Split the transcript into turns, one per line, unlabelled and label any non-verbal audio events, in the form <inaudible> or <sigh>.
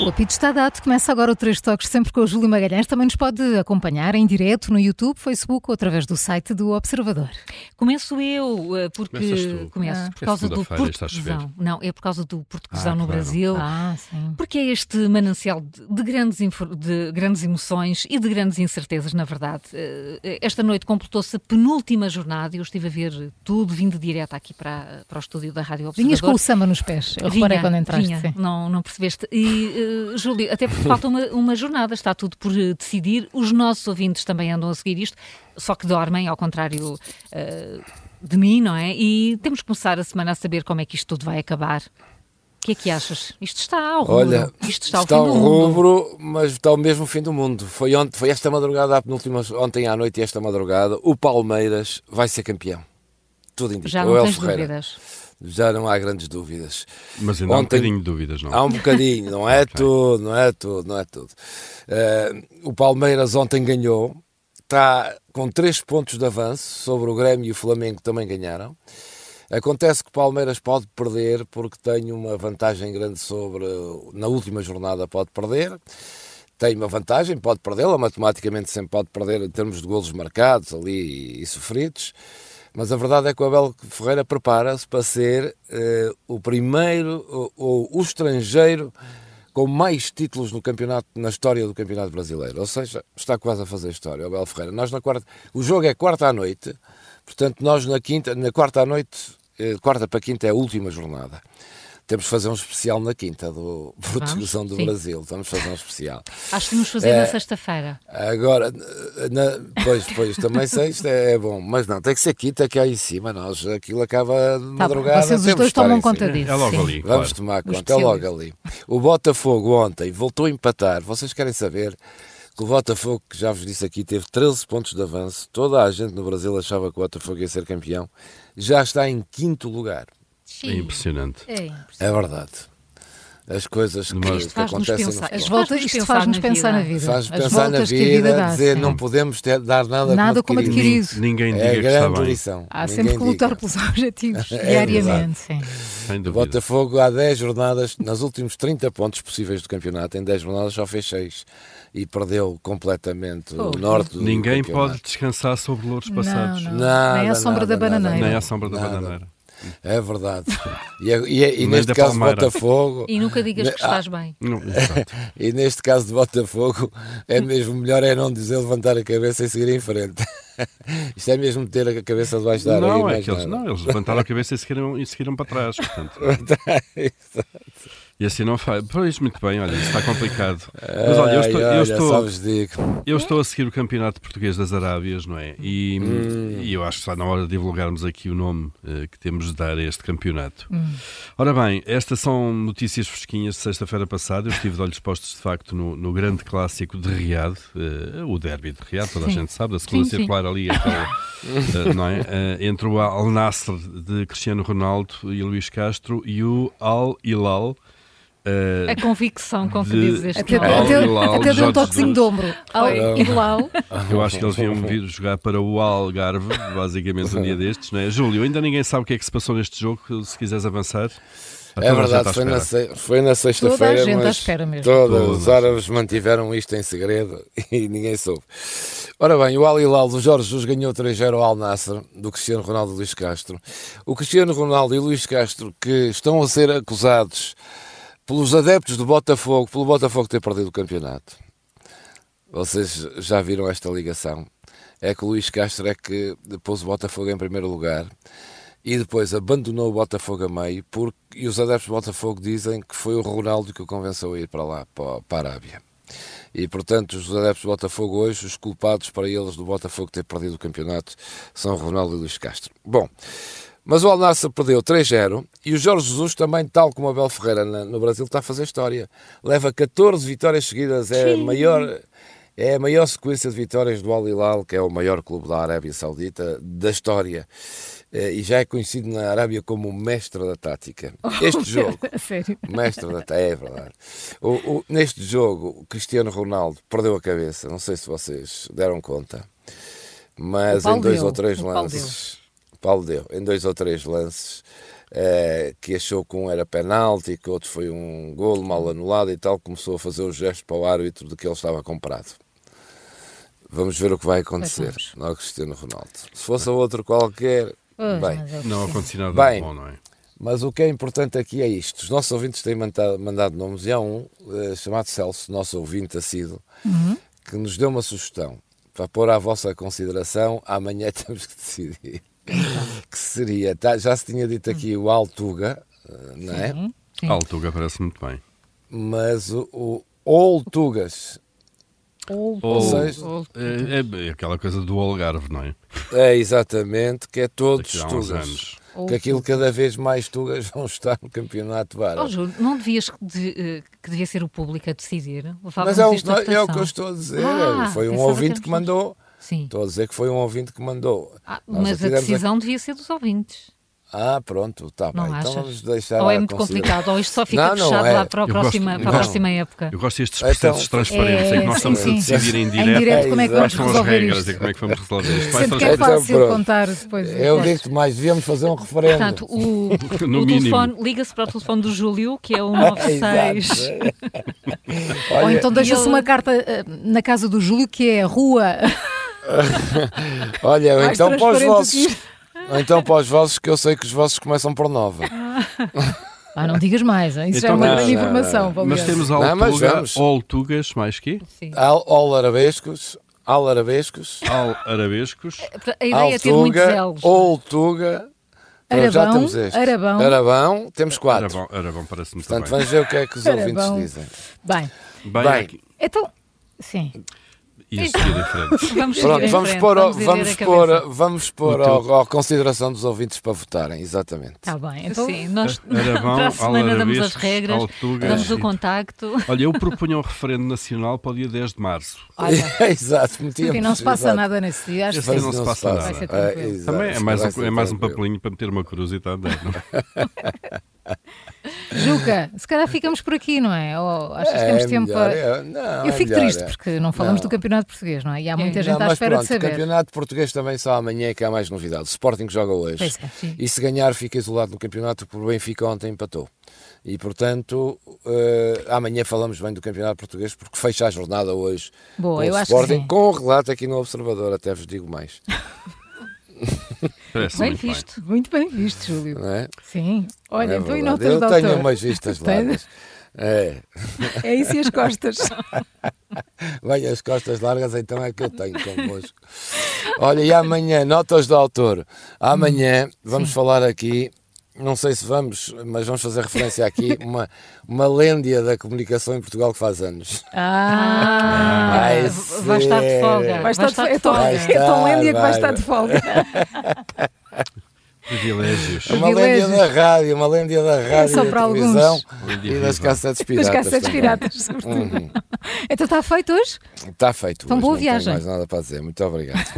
O apito está dado. Começa agora o Três Toques, sempre com o Júlio Magalhães. Também nos pode acompanhar em direto no YouTube, Facebook ou através do site do Observador.
Começo eu, eh,
Começas
porque
tu.
começo
Ah.
por causa
É
do
segunda-feira, está a
portuguesão. Não, é por causa do portuguesão
Ah,
no
claro.
Brasil.
Ah, sim.
Porque é este manancial de de grandes, infor- de grandes emoções e de grandes incertezas, na verdade. Eh, Esta noite completou-se a penúltima jornada e eu estive a ver tudo vindo direto aqui para, para o estúdio da Rádio Observador.
Vinhas com o samba nos pés. Eu reparei
Vinha,
quando entraste.
vinha.
sim.
Não, não percebeste. E, eh, Júlio, até porque falta uma, uma jornada, está tudo por eh, decidir. Os nossos ouvintes também andam a seguir isto, só que dormem, ao contrário eh, de mim, não é? E temos que começar a semana a saber como é que isto tudo vai acabar. O que é que achas? Isto está ao rubro.
Olha,
isto está ao
está
fim do
ao
mundo.
rubro, mas está ao mesmo fim do mundo. Foi, ontem, foi esta madrugada, à penúltima, ontem à noite e esta madrugada, o Palmeiras vai ser campeão. Tudo indica.
Já
Ou é
não
o
tens
Ferreira.
dúvidas.
Já não há grandes dúvidas.
Mas ainda há um
Ontem-
bocadinho de dúvidas, não?
Há um bocadinho, não é tudo, não é tudo, não é tudo. Eh, o Palmeiras ontem ganhou, está com três pontos de avanço sobre o Grêmio e o Flamengo que também ganharam. Acontece que o Palmeiras pode perder porque tem uma vantagem grande sobre. Na última jornada pode perder. Tem uma vantagem, pode perdê-la, matematicamente sempre pode perder em termos de golos marcados ali e sofridos. Mas a verdade é que o Abel Ferreira prepara-se para ser eh, o primeiro ou- ou o estrangeiro com mais títulos no campeonato, na história do Campeonato Brasileiro. Ou seja, está quase a fazer história, o Abel Ferreira. Nós na quarta, o jogo é quarta à noite, portanto nós na quinta, na quarta à noite, eh, quarta para quinta é a última jornada. Temos que fazer um especial na quinta do <laughs> Portuguesão do
sim.
Brasil. Vamos fazer um especial.
Acho que vamos fazer
É,
na sexta-feira.
Agora, na- pois, pois, também sexta é bom, mas não, tem que ser quinta que é aí em cima, nós, aquilo acaba de
Tá bom,
madrugada.
Vocês os
temos
dois
de estar
tomam
em cima.
conta disso.
É logo
sim.
ali,
Vamos
claro.
tomar
Os
conta, é
especialistas.
logo ali. O Botafogo ontem voltou a empatar. Vocês querem saber que o Botafogo, que já vos disse aqui, teve 13 pontos de avanço. Toda a gente no Brasil achava que o Botafogo ia ser campeão. Já está em quinto lugar.
É impressionante.
É impressionante.
É verdade. As coisas que,
Isto
que
faz-nos
acontecem
pensar.
no futebol.
As
Faz-nos
voltas, isto faz-nos pensar na vida.
Faz
As
pensar na
voltas que a
vida,
dá,
dizer
sim.
não podemos ter- dar nada,
Nada como
como adquirido.
adquirido.
Ninguém diga
É
que
a
está
grande
bem.
lição.
Há
Ninguém
sempre que lutar
diga.
pelos objetivos
<laughs> É verdade.
diariamente. Sim.
Sem
O
dúvida.
Botafogo há 10 jornadas, nos últimos 30 pontos possíveis do campeonato, em 10 jornadas só fez 6 e perdeu completamente o norte do
Ninguém
campeonato.
pode descansar sobre louros
Não,
passados.
não.
Nada,
Nem à sombra da
nada, nada,
bananeira.
Nem à sombra da
Nada. <laughs>
bananeira.
É verdade. E, é- e é- e
Nem
neste
da
caso de
Palmeira.
Botafogo,
E nunca digas que
Ah.
estás bem.
Não, exato.
e neste caso de Botafogo, é mesmo melhor é não dizer levantar a cabeça e seguir em frente. <laughs> Isto é mesmo ter a cabeça debaixo da areia. e
não, é
mais
que eles,
nada.
não, eles levantaram a cabeça e seguiram, e seguiram para trás.
<laughs>
Portanto. e assim não faz. Pois, muito bem, olha, isso está complicado. Mas olha, eu
Ai,
estou, eu
olha,
estou-
só vos digo.
Eu estou a seguir o Campeonato Português das Arábias, não é? E, e eu acho que está na hora de divulgarmos aqui o nome eh, que temos de dar a este campeonato.
Hum.
Ora bem, estas são notícias fresquinhas de sexta-feira passada. Eu estive de olhos postos, de facto, no, no grande clássico de Riad, eh, o derby de Riad, toda a gente sabe, da segunda
Sim, sim.
circular ali, aquela, eh, não é? Eh, entre o Al Nasser de Cristiano Ronaldo e Luís Castro e o Al Hilal. eh,
A convicção com que
De-
dizes
Até,
este
É
Não.
nome.
até,
Lá,
até deu um
Jorge
toquezinho de
Jesus.
ombro.
Ao Ilau.
Ah,
Eu acho que eles iam vir jogar para o
<laughs>
Algarve, basicamente, um dia destes, não é? Júlio, ainda ninguém sabe o que é que se passou neste jogo, se quiseres avançar. Há
É
Então toda a gente
verdade,
à
foi na,
espera.
se- foi na sexta-feira.
Toda a gente
mas
à espera mesmo.
Todos
Toda.
os árabes mantiveram isto em segredo <laughs> e ninguém soube. Ora bem, o Al Hilal do Jorge Jesus ganhou 3-0 ao Al Nasser, do Cristiano Ronaldo e Luís Castro. O Cristiano Ronaldo e Luís Castro, que estão a ser acusados pelos adeptos do Botafogo, pelo Botafogo ter perdido o campeonato. Vocês já viram esta ligação? É que o Luís Castro é que pôs o Botafogo em primeiro lugar e depois abandonou o Botafogo a meio porque, e os adeptos do Botafogo dizem que foi o Ronaldo que o convenceu a ir para lá, para, para a Arábia. E portanto, os adeptos do Botafogo hoje, os culpados para eles do Botafogo ter perdido o campeonato são Ronaldo e Luís Castro. Bom, mas o Alnassa perdeu 3-0 e o Jorge Jesus também, tal como o Abel Ferreira na- no Brasil, está a fazer história. Leva 14 vitórias seguidas, é a maior. É a maior sequência de vitórias do Al Hilal, que é o maior clube da Arábia Saudita da história. Eh, E já é conhecido na Arábia como o mestre da tática. Este jogo,
<laughs>
Sério.
mestre da tática, é verdade. O- o- neste jogo, o Cristiano Ronaldo perdeu a cabeça, não sei se vocês deram conta, mas
O Paulo
em dois
deu,
ou três
o Paulo
lances. Paulo deu, em dois ou três lances, eh, que achou que um era penalti, que outro foi um golo mal anulado e tal, começou a fazer o gesto para o árbitro de que ele estava comprado. Vamos ver o que vai acontecer
Pois
ao Cristiano Ronaldo. Se fosse outro qualquer,
Pois,
bem.
mas é o que
Não
se-
aconteceu nada
Bem.
de bom, não é?
Mas o que é importante aqui é isto. Os nossos ouvintes têm manda- mandado nomes e há um eh, chamado Celso, nosso ouvinte assíduo,
Uhum.
que nos deu uma sugestão para pôr à vossa consideração. Amanhã <laughs> temos que decidir. que seria, tá, já se tinha dito aqui o Altuga, eh, não é?
Uhum. Sim.
A Altuga parece muito bem.
Mas o, o Oltugas.
Ou,
seja,
é, é aquela coisa do Algarve, não é?
É exatamente, que é todos
Daqui a uns
Tugas.
anos.
Que aquilo cada vez mais Tugas vão estar no campeonato
Oh,
árabe.
Júlio, não devias de- eh, que devia ser o público a decidir?
Mas
Levávamos
é, um-
isto a
é o que eu
votação.
estou a dizer.
Ah,
Foi um
pensava
ouvinte
que
que mandou.
Sim.
Estou a dizer que foi um ouvinte que mandou.
Ah,
Nós
mas a
tivemos
decisão devia ser dos ouvintes.
Ah, pronto, está bem.
Não
Então
achas?
vamos deixar.
ou
à
é muito
consideração.
complicado, ou isto só fica
Não, não,
fechado
é.
lá para, a
Eu gosto-
próxima,
eu
para a
gosto-
próxima época.
Eu gosto destes
Então,
processos transparentes em
É.
que nós
sim,
estamos
sim.
a decidir em
Em
direto
direto, como é que
Exato.
vamos
quais são as
resolver
regras e
isto?
como é que vamos resolver isto. Quais
Sendo
são
que é
as-
Então,
fácil
pronto.
contar depois.
Eu digo-te mais, devíamos fazer um referendo.
é
<laughs>
Portanto, o,
No
o
mínimo.
telefone liga-se para o telefone do Júlio, que é
<laughs>
o
É, exato. <laughs>
96.
Ou
Olha,
então
e
deixa-se
ele-
uma carta eh, na casa do Júlio, que é a rua.
olha ou
mais
então para os
transparente
vossos.
aqui.
<laughs> ou então para os vossos, que eu sei que os vossos começam por nova.
Ah, não digas mais, hein? isso já é
Então,
uma
não,
grande
não,
informação.
Mas
valiosa.
temos
Não, mas
Altuga,
vamos.
Altugas, mais que?
Sim.
Al- Olarabescos, Alarabescos,
Al-Arabescos.
A
Ah.
ideia é ter muitos
Altuga,
elos.
Oltuga. Pronto, Já
Arabão,
temos este.
Arabão.
Arabão, temos
Era
quatro.
bom, era bom parece-me
Portanto,
também.
vamos ver o que é que os ouvintes
Arabão.
dizem.
Bem,
Bem,
Bem.
aqui-
então, sim.
e a seguir em frente.
Vamos, seguir
Pronto,
em
vamos
frente,
pôr, ao-
ir
vamos
ver a
pôr,
cabeça.
vamos pôr
O teu-
ao- à consideração dos ouvintes para votarem, exatamente.
Está bem. Então,
Sim, <laughs> nós
Arabão,
para a semana damos as
Alarabescos,
regras,
Altugas.
damos o contacto.
Olha, eu propunha um referendo nacional para o dia 10 de março.
<laughs> Exato, metíamos.
enfim, não se passa
exato.
nada nesse dia. Acho que
Esse
sim.
não se passa nada.
Vai ser tranquilo.
Ah, exato,
Também é mais,
vai
um,
ser
é mais um
tranquilo.
papelinho para meter uma curiosidade.
<laughs>
Não? é?
Juca, se calhar ficamos por aqui, não é? Ou achas que temos
É
tempo
melhor,
para.
é- não,
Eu
é
fico
melhor,
triste
é.
porque não falamos
Não.
do campeonato português, não é? E há muita
É.
gente
Não,
à
mas
espera
pronto,
de saber.
campeonato português também só amanhã é que há mais novidades. O Sporting joga hoje.
Pois é,
sim.
e se ganhar fica isolado no campeonato porque o Benfica ontem empatou. E portanto, eh, amanhã falamos bem do campeonato português porque fecha a jornada hoje.
Boa,
com o
eu acho que
Sporting
sim.
com o relato aqui no Observador, até vos digo mais.
Parece
Bem
muito bem.
visto.
Muito bem visto, Júlio.
Não é?
Sim. <laughs> Olha,
É
então e
verdade.
notas
Eu
de
tenho
autor?
umas
<laughs>
vistas
Tem-
largas. É,
É isso e as costas.
bem, as costas largas então é que eu tenho convosco. Olha, e amanhã, notas do autor. Amanhã vamos falar aqui, não sei se vamos, mas vamos fazer referência aqui, uma, uma lêndia da comunicação em Portugal que faz anos.
Ah,
Ah,
Vai
vai estar de
ser.
folga.
vai estar de folga. É tão,
Vai
é tão
estar,
lêndia que vai
vai.
estar de folga.
Privilégios.
É Uma lêndia
Privilégios. É
da rádio, uma lêndia da rádio,
só
da
para alguns.
televisão
Lêndia
e das
viva.
cassetes
Das
piratas.
cassetes
também. Uhum.
piratas, <laughs> sobretudo. Então está feito hoje?
Está Tá feito.
Então,
hoje,
boa
não
viagem.
Tenho mais nada para dizer. Muito obrigado.